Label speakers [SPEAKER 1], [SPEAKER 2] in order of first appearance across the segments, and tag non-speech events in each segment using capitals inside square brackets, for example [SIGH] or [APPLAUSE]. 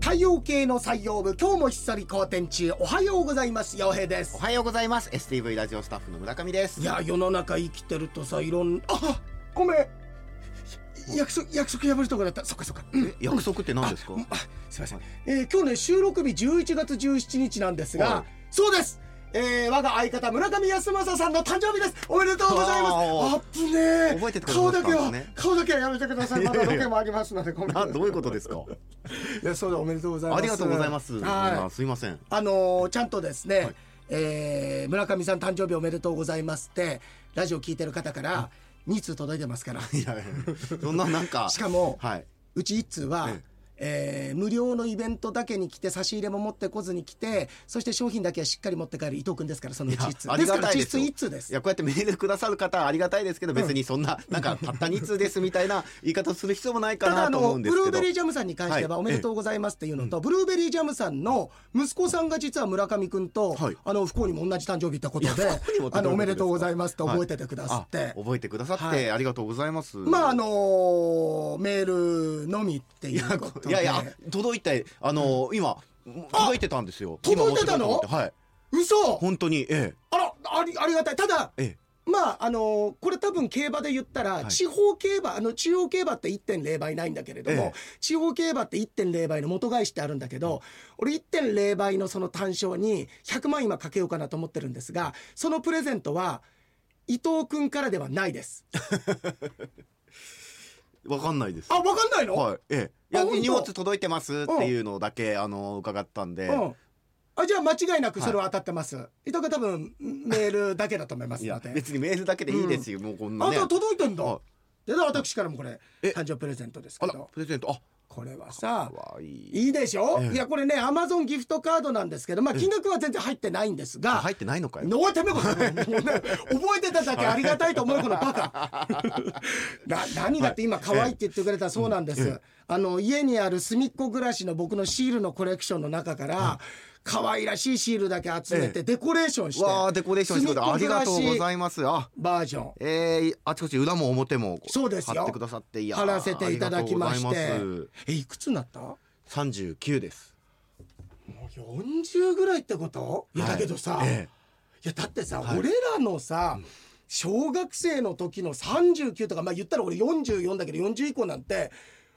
[SPEAKER 1] 太陽系の採用部今日もひっそり好天中おはようございます陽平です
[SPEAKER 2] おはようございます STV ラジオスタッフの村上です
[SPEAKER 1] いや世の中生きてるとさいろんあごめん約束約束破るとこだったそっかそっか、うん、
[SPEAKER 2] 約束って何ですか
[SPEAKER 1] あすいません、えー今日ね収録日11月17日なんですが、
[SPEAKER 2] はい
[SPEAKER 1] そうですえー、我が相方村上康正さんの誕生日ですおめでとうございます
[SPEAKER 2] あー
[SPEAKER 1] あっぶねー
[SPEAKER 2] 覚えててくださ
[SPEAKER 1] 顔
[SPEAKER 2] っ
[SPEAKER 1] だ
[SPEAKER 2] たん
[SPEAKER 1] け
[SPEAKER 2] です
[SPEAKER 1] は、
[SPEAKER 2] ね
[SPEAKER 1] 顔だけはやめてくださいまだロケもありますのでごめん
[SPEAKER 2] [LAUGHS]
[SPEAKER 1] な
[SPEAKER 2] な
[SPEAKER 1] さい
[SPEAKER 2] どういうことですか
[SPEAKER 1] いやそうだおめでとうございます
[SPEAKER 2] ありがとうございます、
[SPEAKER 1] はい
[SPEAKER 2] あすいません
[SPEAKER 1] あのーちゃんとですね、
[SPEAKER 2] はい
[SPEAKER 1] えー村上さん誕生日おめでとうございますってラジオ聞いてる方から2通届いてますから [LAUGHS]
[SPEAKER 2] いやいやそんななんか
[SPEAKER 1] しかも
[SPEAKER 2] はいう
[SPEAKER 1] ち1通は、
[SPEAKER 2] え
[SPEAKER 1] えー無料のイベントだけに来て差し入れも持ってこずに来てそして商品だけはしっかり持って帰る伊藤君ですからそのうち1通
[SPEAKER 2] いやあ
[SPEAKER 1] で
[SPEAKER 2] り
[SPEAKER 1] す
[SPEAKER 2] が
[SPEAKER 1] から
[SPEAKER 2] た
[SPEAKER 1] 実
[SPEAKER 2] いです
[SPEAKER 1] 質
[SPEAKER 2] よ
[SPEAKER 1] 1通です
[SPEAKER 2] いやこうやってメールくださる方はありがたいですけど別にそんな、なんかたった2通ですみたいな言い方する必要もないか
[SPEAKER 1] ただ
[SPEAKER 2] な
[SPEAKER 1] あ
[SPEAKER 2] と
[SPEAKER 1] の
[SPEAKER 2] 思う
[SPEAKER 1] ブ
[SPEAKER 2] んです
[SPEAKER 1] ル
[SPEAKER 2] け
[SPEAKER 1] ー
[SPEAKER 2] ど
[SPEAKER 1] ベリージャムさんに関しては
[SPEAKER 2] はい
[SPEAKER 1] おめでとうございますっていうのと、ブルーベリージャムさんの息子さんが実は村上君と、
[SPEAKER 2] はい
[SPEAKER 1] あの不幸にも同じ誕生日ってこと
[SPEAKER 2] い
[SPEAKER 1] で
[SPEAKER 2] や不幸にもって
[SPEAKER 1] あ
[SPEAKER 2] ど
[SPEAKER 1] のお
[SPEAKER 2] ういうことですか
[SPEAKER 1] めでとうございますって覚えててくださ
[SPEAKER 2] あ
[SPEAKER 1] って、
[SPEAKER 2] 覚えてくださって、
[SPEAKER 1] はい
[SPEAKER 2] ありがとうございます
[SPEAKER 1] まああのーメールのみって
[SPEAKER 2] い
[SPEAKER 1] い
[SPEAKER 2] や
[SPEAKER 1] うことで
[SPEAKER 2] [LAUGHS] いやいや届いてあの、今届いてたんですよ
[SPEAKER 1] あ届いてたの
[SPEAKER 2] 今持って帰ろうと思ってはい
[SPEAKER 1] 嘘
[SPEAKER 2] 本当にえ
[SPEAKER 1] あらありありがたいただ
[SPEAKER 2] ええ
[SPEAKER 1] まああのーこれ多分競馬で言ったら、
[SPEAKER 2] い
[SPEAKER 1] 地方競馬あの中央競馬って1.0倍ないんだけれども、
[SPEAKER 2] ええ
[SPEAKER 1] 地方競馬って1.0倍の元返しってあるんだけど、俺1.0倍のその単勝に100万今かけようかなと思ってるんですがそのプレゼントは伊藤君からではないです。
[SPEAKER 2] えわかんないです
[SPEAKER 1] あわかんないの、
[SPEAKER 2] はい、ええ、い
[SPEAKER 1] あ
[SPEAKER 2] や
[SPEAKER 1] 本当
[SPEAKER 2] 荷物届いてますっていうのだけ、あの伺ったんで、
[SPEAKER 1] うんあじゃあ間違いなくそれは当たってます、伊藤君多分メールだけだと思いま
[SPEAKER 2] い
[SPEAKER 1] すの
[SPEAKER 2] や
[SPEAKER 1] で
[SPEAKER 2] 別にメールだけでいいですよ、もうこんな
[SPEAKER 1] あ
[SPEAKER 2] ね
[SPEAKER 1] とは届いてん
[SPEAKER 2] は
[SPEAKER 1] だ。で、私からもこれ、
[SPEAKER 2] え
[SPEAKER 1] 誕生プレゼントです
[SPEAKER 2] あ
[SPEAKER 1] け
[SPEAKER 2] ら
[SPEAKER 1] ど、
[SPEAKER 2] プレゼントあ
[SPEAKER 1] これはさ、
[SPEAKER 2] わいい
[SPEAKER 1] いいでしょ
[SPEAKER 2] ええ
[SPEAKER 1] いや、これね、アマゾンギフトカードなんですけど、まあ、金額は全然入ってないんですが、
[SPEAKER 2] 入ってないのかよ
[SPEAKER 1] のてめこそもうね覚えてただけありがたいと思うこのバ
[SPEAKER 2] [LAUGHS]
[SPEAKER 1] カな何がって今可愛いって言ってくれたそうなんです、あの家にある隅っこ暮らしの僕のシールのコレクションの中から可愛らしいシールだけ集めてデコレーションして、
[SPEAKER 2] わあデコレーションしてくださいありがとうござ
[SPEAKER 1] い
[SPEAKER 2] いますあ
[SPEAKER 1] バージョン
[SPEAKER 2] えー、あちこち裏も表も
[SPEAKER 1] そうですよ
[SPEAKER 2] 貼ってくださっていやー
[SPEAKER 1] 貼らせていただきまし
[SPEAKER 2] あり
[SPEAKER 1] て
[SPEAKER 2] がとうござい
[SPEAKER 1] えいくつになったも
[SPEAKER 2] ます39です
[SPEAKER 1] う40ぐらいってこといや
[SPEAKER 2] はい
[SPEAKER 1] だけどさ、
[SPEAKER 2] え
[SPEAKER 1] いやだってさ、
[SPEAKER 2] はい
[SPEAKER 1] 俺らのさ小学生の時の39とかまあ言ったら俺44だけど40以降なんて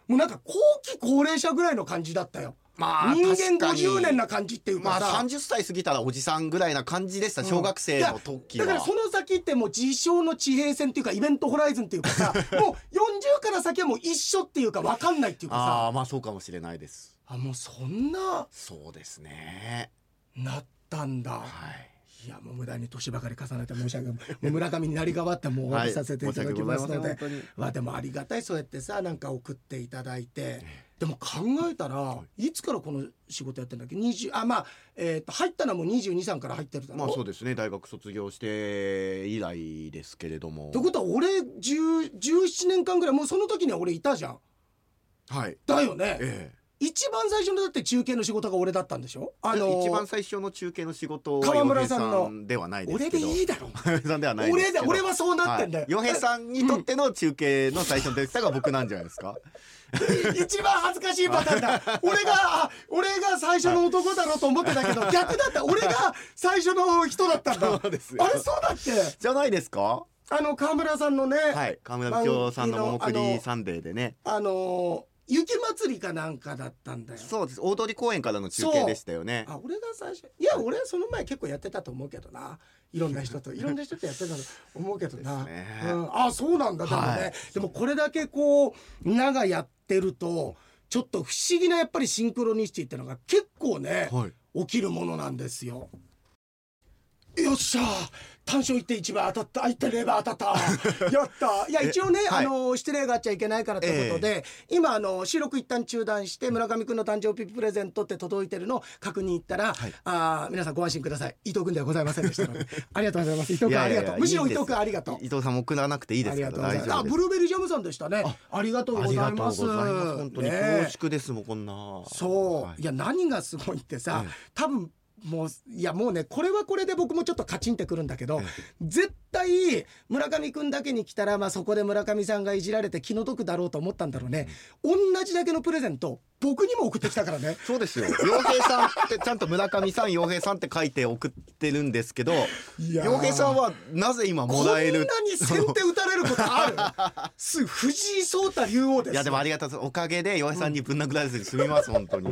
[SPEAKER 1] もうなんか後期高齢者ぐらいの感じだったよ。
[SPEAKER 2] まあ
[SPEAKER 1] 人間
[SPEAKER 2] 確かに
[SPEAKER 1] 50年な感じっていう
[SPEAKER 2] ま
[SPEAKER 1] か
[SPEAKER 2] あ
[SPEAKER 1] さ、
[SPEAKER 2] 30歳過ぎたらおじさんぐらいな感じでした、小学生の時
[SPEAKER 1] だ
[SPEAKER 2] は
[SPEAKER 1] からその先ってもう自称の地平線っていう
[SPEAKER 2] [LAUGHS]
[SPEAKER 1] かイベントホライズンっていうかさもう40から先はもう一緒っていうか分かんないっていうか
[SPEAKER 2] あ
[SPEAKER 1] さ
[SPEAKER 2] あまあそうかもしれないです
[SPEAKER 1] あもうそんな
[SPEAKER 2] そうですね
[SPEAKER 1] なったんだ。
[SPEAKER 2] はい
[SPEAKER 1] いやもう無駄に年ばかり重ねて申し訳ないもう村上になりがわってもうお詫びさせていただきますので、
[SPEAKER 2] はい申し訳ございません本当に
[SPEAKER 1] まあでもありがたいそうやってさなんか送っていただいてでも考えたらいつからこの仕事やってんだっけ20あまあ、えー、と入ったのはもう22歳から入ってるだろ、
[SPEAKER 2] まあそう
[SPEAKER 1] う
[SPEAKER 2] ですね大学卒業して以来ですけれども
[SPEAKER 1] ということは俺10 17年間ぐらいもうその時には俺いたじゃん
[SPEAKER 2] はい
[SPEAKER 1] だよね
[SPEAKER 2] ええ
[SPEAKER 1] 一番最初のだって中継の仕事が俺だったんでしょあのー
[SPEAKER 2] 一番最初の中継の仕事は
[SPEAKER 1] 川村さんの
[SPEAKER 2] 洋平ではないです
[SPEAKER 1] 俺
[SPEAKER 2] け
[SPEAKER 1] で
[SPEAKER 2] ど
[SPEAKER 1] いいだろ
[SPEAKER 2] 川 [LAUGHS] 村さんではないです
[SPEAKER 1] 俺
[SPEAKER 2] け
[SPEAKER 1] で
[SPEAKER 2] ど
[SPEAKER 1] 俺はそうなってんだよ、
[SPEAKER 2] はい洋平さんにとっての中継の最初のディレクターが僕なんじゃないですか
[SPEAKER 1] 一番恥ずかしいパターン
[SPEAKER 2] [LAUGHS]
[SPEAKER 1] だ俺があ俺が最初の男だろうと思ってたけ
[SPEAKER 2] [LAUGHS]
[SPEAKER 1] ど逆だった俺が最初の人だったんだあ
[SPEAKER 2] そう
[SPEAKER 1] れ
[SPEAKER 2] ですよ
[SPEAKER 1] そうだって
[SPEAKER 2] じゃないですか
[SPEAKER 1] あの川村さんのね、
[SPEAKER 2] はい川村京さんの「ももく
[SPEAKER 1] あの
[SPEAKER 2] りサンデー」でね
[SPEAKER 1] あの雪祭りかなんかだったんだよ
[SPEAKER 2] そうです大通公園からの中継でしたよね
[SPEAKER 1] あ俺が最初いや俺はその前結構やってたと思うけどないろんな人といろんな人とやってたと思うけどな、
[SPEAKER 2] ですね
[SPEAKER 1] うん、あそうなんだでもね、
[SPEAKER 2] はい
[SPEAKER 1] でもこれだけこう長やってるとちょっと不思議なやっぱりシンクロニシティってのが結構ね、
[SPEAKER 2] はい
[SPEAKER 1] 起きるものなんですよ。よっしゃ単勝って一番当たった1.0倍当たった
[SPEAKER 2] [LAUGHS]
[SPEAKER 1] やったいや
[SPEAKER 2] え
[SPEAKER 1] 一応ね、
[SPEAKER 2] はい
[SPEAKER 1] あの失礼があっちゃいけないからということで、今あの収録一旦中断して村上くんの誕生日プレゼントって届いてるのを確認行ったら、
[SPEAKER 2] はい
[SPEAKER 1] あー皆さんご安心ください伊藤君ではございませんでした
[SPEAKER 2] [LAUGHS]
[SPEAKER 1] のでありがとうございます伊藤
[SPEAKER 2] い
[SPEAKER 1] 君
[SPEAKER 2] や
[SPEAKER 1] あ
[SPEAKER 2] い
[SPEAKER 1] り
[SPEAKER 2] や
[SPEAKER 1] が
[SPEAKER 2] い
[SPEAKER 1] と
[SPEAKER 2] や
[SPEAKER 1] うむしろ伊
[SPEAKER 2] いいんです
[SPEAKER 1] 藤君ありがとう
[SPEAKER 2] 伊藤さんも送らなくていいで
[SPEAKER 1] あ
[SPEAKER 2] す
[SPEAKER 1] り
[SPEAKER 2] か
[SPEAKER 1] が
[SPEAKER 2] ら
[SPEAKER 1] とうござい
[SPEAKER 2] 大
[SPEAKER 1] ますあブ
[SPEAKER 2] 丈夫です
[SPEAKER 1] ルーベリージャムさんでしたねありがとうございます
[SPEAKER 2] 本当に
[SPEAKER 1] ねえ
[SPEAKER 2] 恐縮ですもんこんな。
[SPEAKER 1] そう、
[SPEAKER 2] はい
[SPEAKER 1] い、や何がすごいってさ、
[SPEAKER 2] ええ
[SPEAKER 1] 多分もういやもうねこれはこれで僕もちょっとカチンってくるんだけど絶対村上くんだけに来たら、まあ、そこで村上さんがいじられて気の毒だろうと思ったんだろうね同じだけのプレゼント僕にも送ってきたからね
[SPEAKER 2] [LAUGHS] そうですよ洋平さんってちゃんと村上さん洋平さんって書いて送ってるんですけど
[SPEAKER 1] いやー
[SPEAKER 2] 洋平さんはなぜ今もらえる
[SPEAKER 1] こんなに先手打たれること
[SPEAKER 2] [LAUGHS]
[SPEAKER 1] あるす藤井聡太竜王です
[SPEAKER 2] いやでもありがたいですおかげで洋平さんにぶん殴られずに済みます、本当に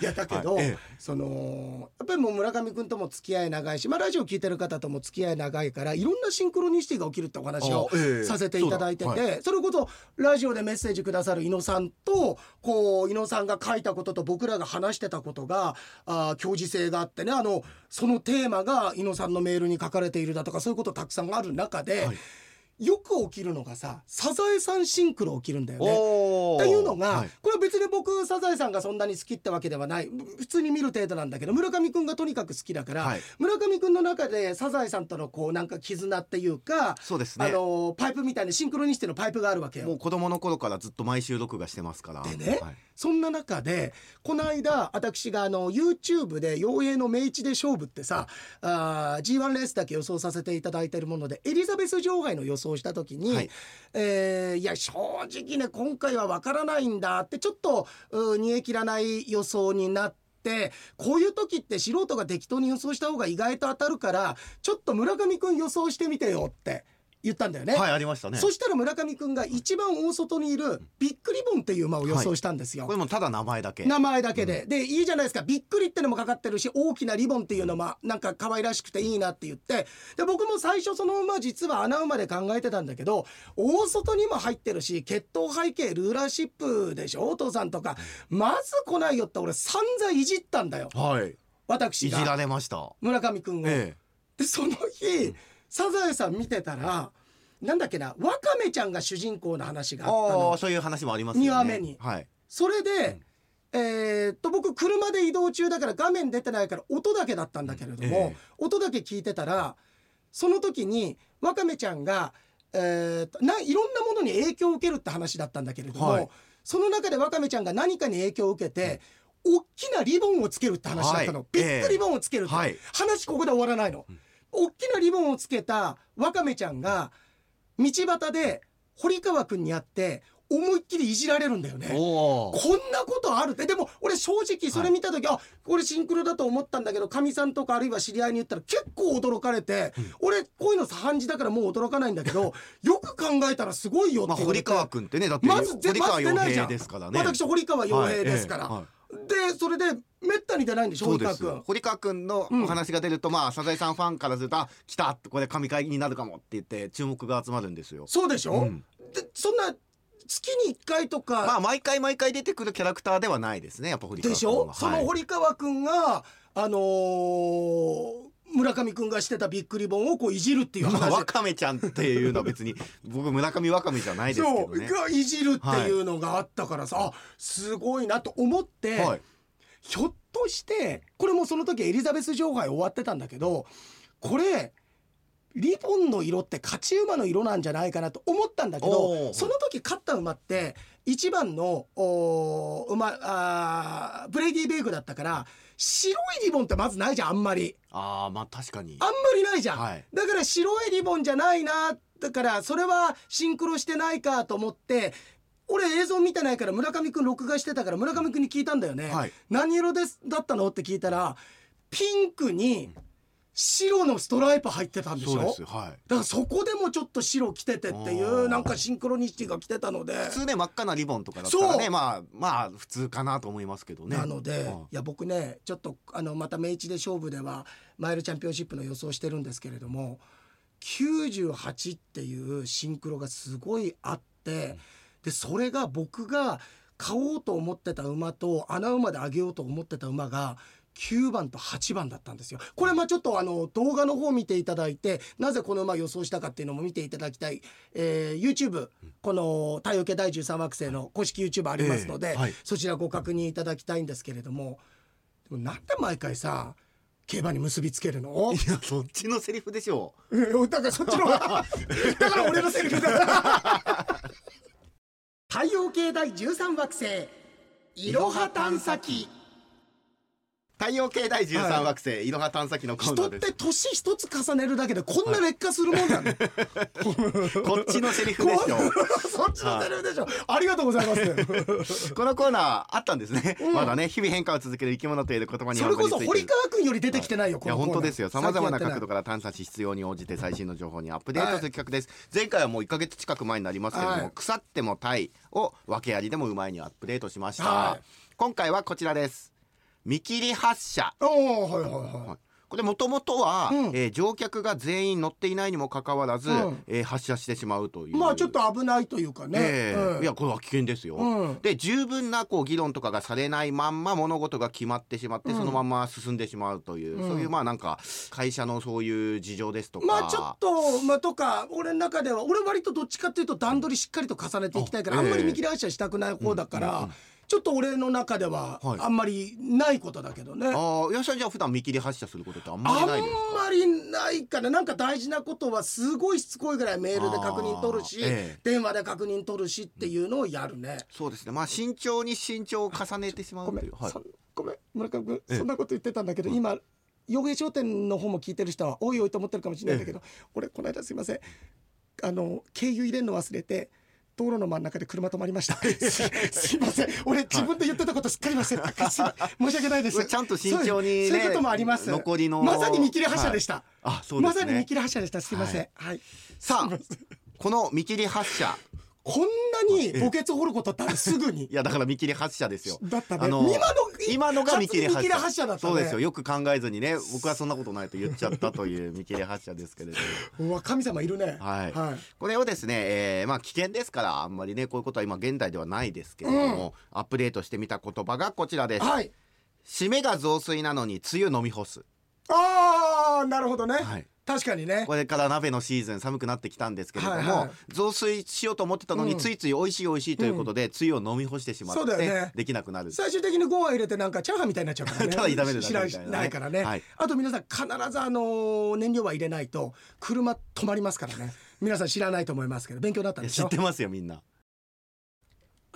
[SPEAKER 1] いやだけど、
[SPEAKER 2] はいええ
[SPEAKER 1] そのやっぱりもう村上君とも付き合い長いし、まあ、ラジオ聞いてる方とも付き合い長いからいろんなシンクロニシティが起きるってお話を
[SPEAKER 2] あええ
[SPEAKER 1] させていただいてて、
[SPEAKER 2] そう
[SPEAKER 1] そ
[SPEAKER 2] だ
[SPEAKER 1] れこそラジオでメッセージくださる伊野さんとこう伊野さんが書いたことと僕らが話してたことがあー共時性があってねあのそのテーマが伊野さんのメールに書かれているだとかそういうことたくさんある中で、
[SPEAKER 2] はい
[SPEAKER 1] よく起きるのがさサザエさんシンクロ起きるんだよね。
[SPEAKER 2] お
[SPEAKER 1] っ
[SPEAKER 2] ー
[SPEAKER 1] ていうのが、
[SPEAKER 2] はい
[SPEAKER 1] これは別に僕サザエさんがそんなに好きってわけではないぶ普通に見る程度なんだけど村上くんがとにかく好きだから、
[SPEAKER 2] はい
[SPEAKER 1] 村上くんの中でサザエさんとのこうなんか絆っていうか
[SPEAKER 2] そうです
[SPEAKER 1] あ
[SPEAKER 2] ね
[SPEAKER 1] のパイプみたいなシンクロニシティのパイプがあるわけよ。
[SPEAKER 2] もう子供の頃からずっと毎週録画してますから
[SPEAKER 1] でね、
[SPEAKER 2] はい
[SPEAKER 1] そんな中でこの間私があの YouTube で「陽平の明治で勝負」ってさあー G1 レースだけ予想させていただいてるものでエリザベス女王杯の予想をした時に、
[SPEAKER 2] はい
[SPEAKER 1] えーいや正直ね今回は分からないんだってちょっとうー煮え切らない予想になって。こういう時って素人が適当に予想した方が意外と当たるからちょっと村上くん予想してみてよって言ったんだよね。
[SPEAKER 2] はいありましたね
[SPEAKER 1] そしたら村上くんが一番大外にいるビックリボンっていう馬を予想したんですよ。
[SPEAKER 2] これもただ名前だけ
[SPEAKER 1] 名前だけで、でいいじゃないですかびっくりってのもかかってるし大きなリボンっていうのもなんか可愛らしくていいなって言ってで僕も最初その馬実は穴馬で考えてたんだけど大外にも入ってるし血統背景ルーラーシップでしょお父さんとかまず来ないよって俺散々いじったんだよ
[SPEAKER 2] はい
[SPEAKER 1] 私
[SPEAKER 2] いじら
[SPEAKER 1] が
[SPEAKER 2] れました
[SPEAKER 1] 村上くんを。
[SPEAKER 2] え
[SPEAKER 1] でその日、サザエさん見てたらなんだっけなワカメちゃんが主人公の話
[SPEAKER 2] え
[SPEAKER 1] があった
[SPEAKER 2] ああ
[SPEAKER 1] の
[SPEAKER 2] そういう話もありますよね
[SPEAKER 1] 二話目に
[SPEAKER 2] はい
[SPEAKER 1] それで、えーっと僕車で移動中だから画面出てないから音だけだったんだけれども、
[SPEAKER 2] ええ
[SPEAKER 1] 音だけ聞いてたらその時にワカメちゃんが、えーっとないろんなものに影響を受けるって話だったんだけれども、
[SPEAKER 2] はい
[SPEAKER 1] その中でワカメちゃんが何かに影響を受けて、大きなリボンをつけるって話だったの、
[SPEAKER 2] はい
[SPEAKER 1] ビッグリボンをつけるって、
[SPEAKER 2] はい
[SPEAKER 1] 話ここで終わらないの。大きなリボンをつけたワカメちゃんが道端で堀川くんに会って思いっきりいじられるんだよね。
[SPEAKER 2] おお
[SPEAKER 1] こんなことあるってでも俺正直それ見た時、あこれシンクロだと思ったんだけどかみさんとかあるいは知り合いに言ったら結構驚かれて、俺こういうの半じだからもう驚かないんだけど
[SPEAKER 2] [LAUGHS]
[SPEAKER 1] よく考えたらすごいよって
[SPEAKER 2] まあ
[SPEAKER 1] 言われ
[SPEAKER 2] 堀
[SPEAKER 1] て
[SPEAKER 2] 川君ってねだって
[SPEAKER 1] まず出
[SPEAKER 2] 堀
[SPEAKER 1] まず
[SPEAKER 2] 川
[SPEAKER 1] 出
[SPEAKER 2] 洋
[SPEAKER 1] ないじゃ
[SPEAKER 2] 平
[SPEAKER 1] ん
[SPEAKER 2] ですからね
[SPEAKER 1] 私堀川洋平ですから、
[SPEAKER 2] はいえ
[SPEAKER 1] でそれでめったに出ないんでしょ
[SPEAKER 2] そう
[SPEAKER 1] 堀
[SPEAKER 2] で
[SPEAKER 1] 川
[SPEAKER 2] す
[SPEAKER 1] 君
[SPEAKER 2] 堀川君のお話が出ると、まあサザエさんファンからするとあ「来た!」ってこれ神会になるかもって言って注目が集まるんですよ。
[SPEAKER 1] そうでしょ、
[SPEAKER 2] うん
[SPEAKER 1] でそんな月に1回とか、
[SPEAKER 2] まあ毎回毎回出てくるキャラクターではないですねやっぱ堀川
[SPEAKER 1] でし
[SPEAKER 2] 君は
[SPEAKER 1] ょ、
[SPEAKER 2] はい
[SPEAKER 1] その堀川くんがあのー村上くんがしてたビックリボンをこういじるっていう
[SPEAKER 2] [LAUGHS] まあ
[SPEAKER 1] 話、
[SPEAKER 2] わかめちゃんっていうのは別に [LAUGHS] 僕村上わかめじゃないですけ
[SPEAKER 1] そ
[SPEAKER 2] ど
[SPEAKER 1] う
[SPEAKER 2] ね。
[SPEAKER 1] がいじるっていうのがあったからさ、あすごいなと思って、
[SPEAKER 2] はい、
[SPEAKER 1] ひょっとしてこれもその時エリザベス女王杯終わってたんだけどこれリボンの色って勝ち馬の色なんじゃないかなと思ったんだけ
[SPEAKER 2] お
[SPEAKER 1] ど
[SPEAKER 2] ー
[SPEAKER 1] その時勝った馬って1番のおー馬あーブレイディ・ベイクだったから白いリボンってまずないじゃんあんまり
[SPEAKER 2] ああまあ確かに
[SPEAKER 1] あんまりないじゃん、
[SPEAKER 2] はい
[SPEAKER 1] だから白いリボンじゃないなだからそれはシンクロしてないかと思って俺映像見てないから村上くん録画してたから村上くんに聞いたんだよね、
[SPEAKER 2] はい
[SPEAKER 1] 何色ですだったのって聞いたらピンクに白のストライプ入ってたんでしょ
[SPEAKER 2] そうですはい。
[SPEAKER 1] だからそこでもちょっと白着ててってい
[SPEAKER 2] あ
[SPEAKER 1] う
[SPEAKER 2] ー
[SPEAKER 1] なんかシンクロニシティが来てたので。
[SPEAKER 2] 普通ね真っ赤なリボンとかだったら
[SPEAKER 1] そう
[SPEAKER 2] ねまあまあ普通かなと思いますけどね。
[SPEAKER 1] なので、
[SPEAKER 2] うん
[SPEAKER 1] いや僕ねちょっとあのまた明治で勝負ではマイルチャンピオンシップの予想してるんですけれども98っていうシンクロがすごいあって、でそれが僕が買おうと思ってた馬と穴馬で上げようと思ってた馬が9番と8番だったんですよこれまあちょっとあの動画の方見ていただいてなぜこの馬予想したかっていうのも見ていただきたい、えー YouTube この太陽系第13惑星の公式 YouTube ありますので、
[SPEAKER 2] ええはい
[SPEAKER 1] そちらご確認いただきたいんですけれどもでもなんで毎回さ競馬に結びつけるの
[SPEAKER 2] いやそっちのセリフでしょう。
[SPEAKER 1] うんだからそっちの方がだから俺のセリフだ太陽系第13惑星いろは探査機
[SPEAKER 2] 太太陽系第13惑星、いろは探査機のコーナ
[SPEAKER 1] 人
[SPEAKER 2] ー
[SPEAKER 1] っ
[SPEAKER 2] で
[SPEAKER 1] て
[SPEAKER 2] す
[SPEAKER 1] 年一つ重ねるだけでこんな劣化するもんなの、
[SPEAKER 2] こっちのセリフでしょ
[SPEAKER 1] そっちのセリフでしょ、ありがとうございます
[SPEAKER 2] このコーナーあったんですね、
[SPEAKER 1] うん
[SPEAKER 2] まだね日々変化を続ける生き物という言葉に
[SPEAKER 1] それこそ
[SPEAKER 2] 本当につ
[SPEAKER 1] 堀
[SPEAKER 2] いてる
[SPEAKER 1] 川君より出てきてないよ、
[SPEAKER 2] い
[SPEAKER 1] こ
[SPEAKER 2] や
[SPEAKER 1] のコーナー
[SPEAKER 2] 本当ですよさまざまな角度
[SPEAKER 1] さっきやって
[SPEAKER 2] から探査し必要に応じて最新の情報にアップデートする企画です、前回はもう1か月近く前になりますけれども、
[SPEAKER 1] はい
[SPEAKER 2] 腐ってもタイを訳ありでもうまいにアップデートしました、
[SPEAKER 1] はい
[SPEAKER 2] 今回はこちらです見切り発車
[SPEAKER 1] ないおおはいはいはい
[SPEAKER 2] これもともとは、
[SPEAKER 1] うん
[SPEAKER 2] えー乗客が全員乗っていないにもかかわらず、
[SPEAKER 1] うん
[SPEAKER 2] えー発射してしまうという
[SPEAKER 1] まあちょっと危ないというかね、
[SPEAKER 2] ええ
[SPEAKER 1] うん
[SPEAKER 2] いやこれは危険ですよ、
[SPEAKER 1] うん
[SPEAKER 2] で十分なこう議論とかがされないまんま物事が決まってしまって、
[SPEAKER 1] うん
[SPEAKER 2] そのまま進んでしまうという、
[SPEAKER 1] うん
[SPEAKER 2] そういうまあなんか会社のそういう事情ですとか
[SPEAKER 1] まあちょっとまあとか俺の中では俺割とどっちかっていうと段取りしっかりと重ねていきたいから
[SPEAKER 2] あ
[SPEAKER 1] あんま
[SPEAKER 2] え
[SPEAKER 1] り
[SPEAKER 2] え
[SPEAKER 1] 見切り発車したくない方だか
[SPEAKER 2] うんうんう
[SPEAKER 1] ら
[SPEAKER 2] ん
[SPEAKER 1] ちょっと俺の中では
[SPEAKER 2] はい
[SPEAKER 1] あんまりないことだけどね。
[SPEAKER 2] ああ吉田じゃあ普段見切り発車することってあんま
[SPEAKER 1] あ
[SPEAKER 2] り
[SPEAKER 1] ん
[SPEAKER 2] ないですか
[SPEAKER 1] まりないかななんか大事なことはすごいしつこいぐらいメールで確認取るし、
[SPEAKER 2] あーええ
[SPEAKER 1] 電話で確認取るしっていうのをやるね。
[SPEAKER 2] そうですねまあ慎重に慎重を重ねてしまう
[SPEAKER 1] ごめ
[SPEAKER 2] とい
[SPEAKER 1] ん
[SPEAKER 2] う、、はい
[SPEAKER 1] そごめん村上君
[SPEAKER 2] ええ
[SPEAKER 1] そんなこと言ってたんだけど、今洋平商店の方も聞いてる人はおいおいと思ってるかもしれないんだけど、俺この間すいませんあの軽油入れるの忘れて道路の真ん中で車止まりましたすすいません俺自分で言ってたことすっかり忘れてた、すいま申し訳ないです
[SPEAKER 2] ちゃんと慎重にね
[SPEAKER 1] そうそういうこともあります
[SPEAKER 2] 残りの
[SPEAKER 1] まさに見切り発車でした、
[SPEAKER 2] あそうで
[SPEAKER 1] ます
[SPEAKER 2] ね
[SPEAKER 1] さに見切り発車でしたすいませんはい、
[SPEAKER 2] さあこの見切り発車
[SPEAKER 1] こんなに墓穴掘ることってあるすぐに
[SPEAKER 2] いやだから見切り発
[SPEAKER 1] [LAUGHS]
[SPEAKER 2] 車ですよ。
[SPEAKER 1] だったね
[SPEAKER 2] あの
[SPEAKER 1] 今の
[SPEAKER 2] 今のが見切り
[SPEAKER 1] 初
[SPEAKER 2] 発
[SPEAKER 1] 見切り
[SPEAKER 2] 車
[SPEAKER 1] 発車だったね
[SPEAKER 2] そうですよよく考えずにね僕はそんなことないと言っちゃったという見切り発車ですけれども。
[SPEAKER 1] うわ神様いるね
[SPEAKER 2] はい
[SPEAKER 1] はい
[SPEAKER 2] これをですね、えーまあ危険ですからあんまりねこういうことは今現代ではないですけれども、アップデートしてみた言葉がこちらです。
[SPEAKER 1] はい
[SPEAKER 2] 締めが雑炊なのに梅雨飲み干す。
[SPEAKER 1] ああなるほどね、
[SPEAKER 2] はい
[SPEAKER 1] 確かにね
[SPEAKER 2] これから鍋のシーズン寒くなってきたんですけれども、
[SPEAKER 1] はいはい
[SPEAKER 2] 増水しようと思ってたのに、
[SPEAKER 1] うん
[SPEAKER 2] ついつい美味しい美味しいということで、梅雨を飲み干してしまって
[SPEAKER 1] そうだよね
[SPEAKER 2] できなくなる
[SPEAKER 1] 最終的にご飯入れてなんかチャーハンみたいになっちゃうからね
[SPEAKER 2] [LAUGHS] ただ炒めるだけみたいなね
[SPEAKER 1] 知らないからね、
[SPEAKER 2] はい
[SPEAKER 1] あと皆さん必ずあのー燃料は入れないと車止まります
[SPEAKER 2] [LAUGHS]
[SPEAKER 1] からね皆さん知らないと思いますけど勉強になったん
[SPEAKER 2] いや
[SPEAKER 1] でし
[SPEAKER 2] 知っ
[SPEAKER 1] ょ
[SPEAKER 2] てますよみんな。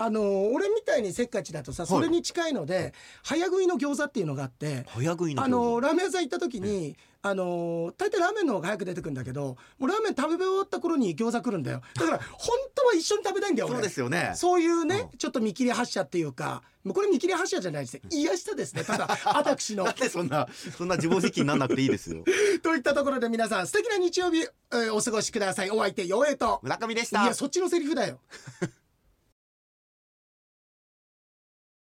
[SPEAKER 1] あのー俺みたいにせっかちだとさ
[SPEAKER 2] い
[SPEAKER 1] それに近いので、早食いの餃子っていうのがあって
[SPEAKER 2] 早食いの
[SPEAKER 1] あ
[SPEAKER 2] 表現
[SPEAKER 1] のーラーメン屋さん行った時に、あのー大体ラーメンの方が早く出てくるんだけどもうラーメン食べ終わった頃に餃子来るんだよだから本当は一緒に食べたいんだよ俺
[SPEAKER 2] そうですよね。
[SPEAKER 1] そういうね、
[SPEAKER 2] う
[SPEAKER 1] ちょっと見切り発車っていうか、もうこれ見切り発車じゃないですね。癒やしたですね。ただ、私の
[SPEAKER 2] [LAUGHS] だっ。てそんなそんな自暴自棄にならなくていいですよ
[SPEAKER 1] といったところで皆さん、素敵な日曜日、えーお過ごしください。お相手、よえと。
[SPEAKER 2] 村上でし
[SPEAKER 1] い
[SPEAKER 2] た
[SPEAKER 1] や、そっちのセリフだよ。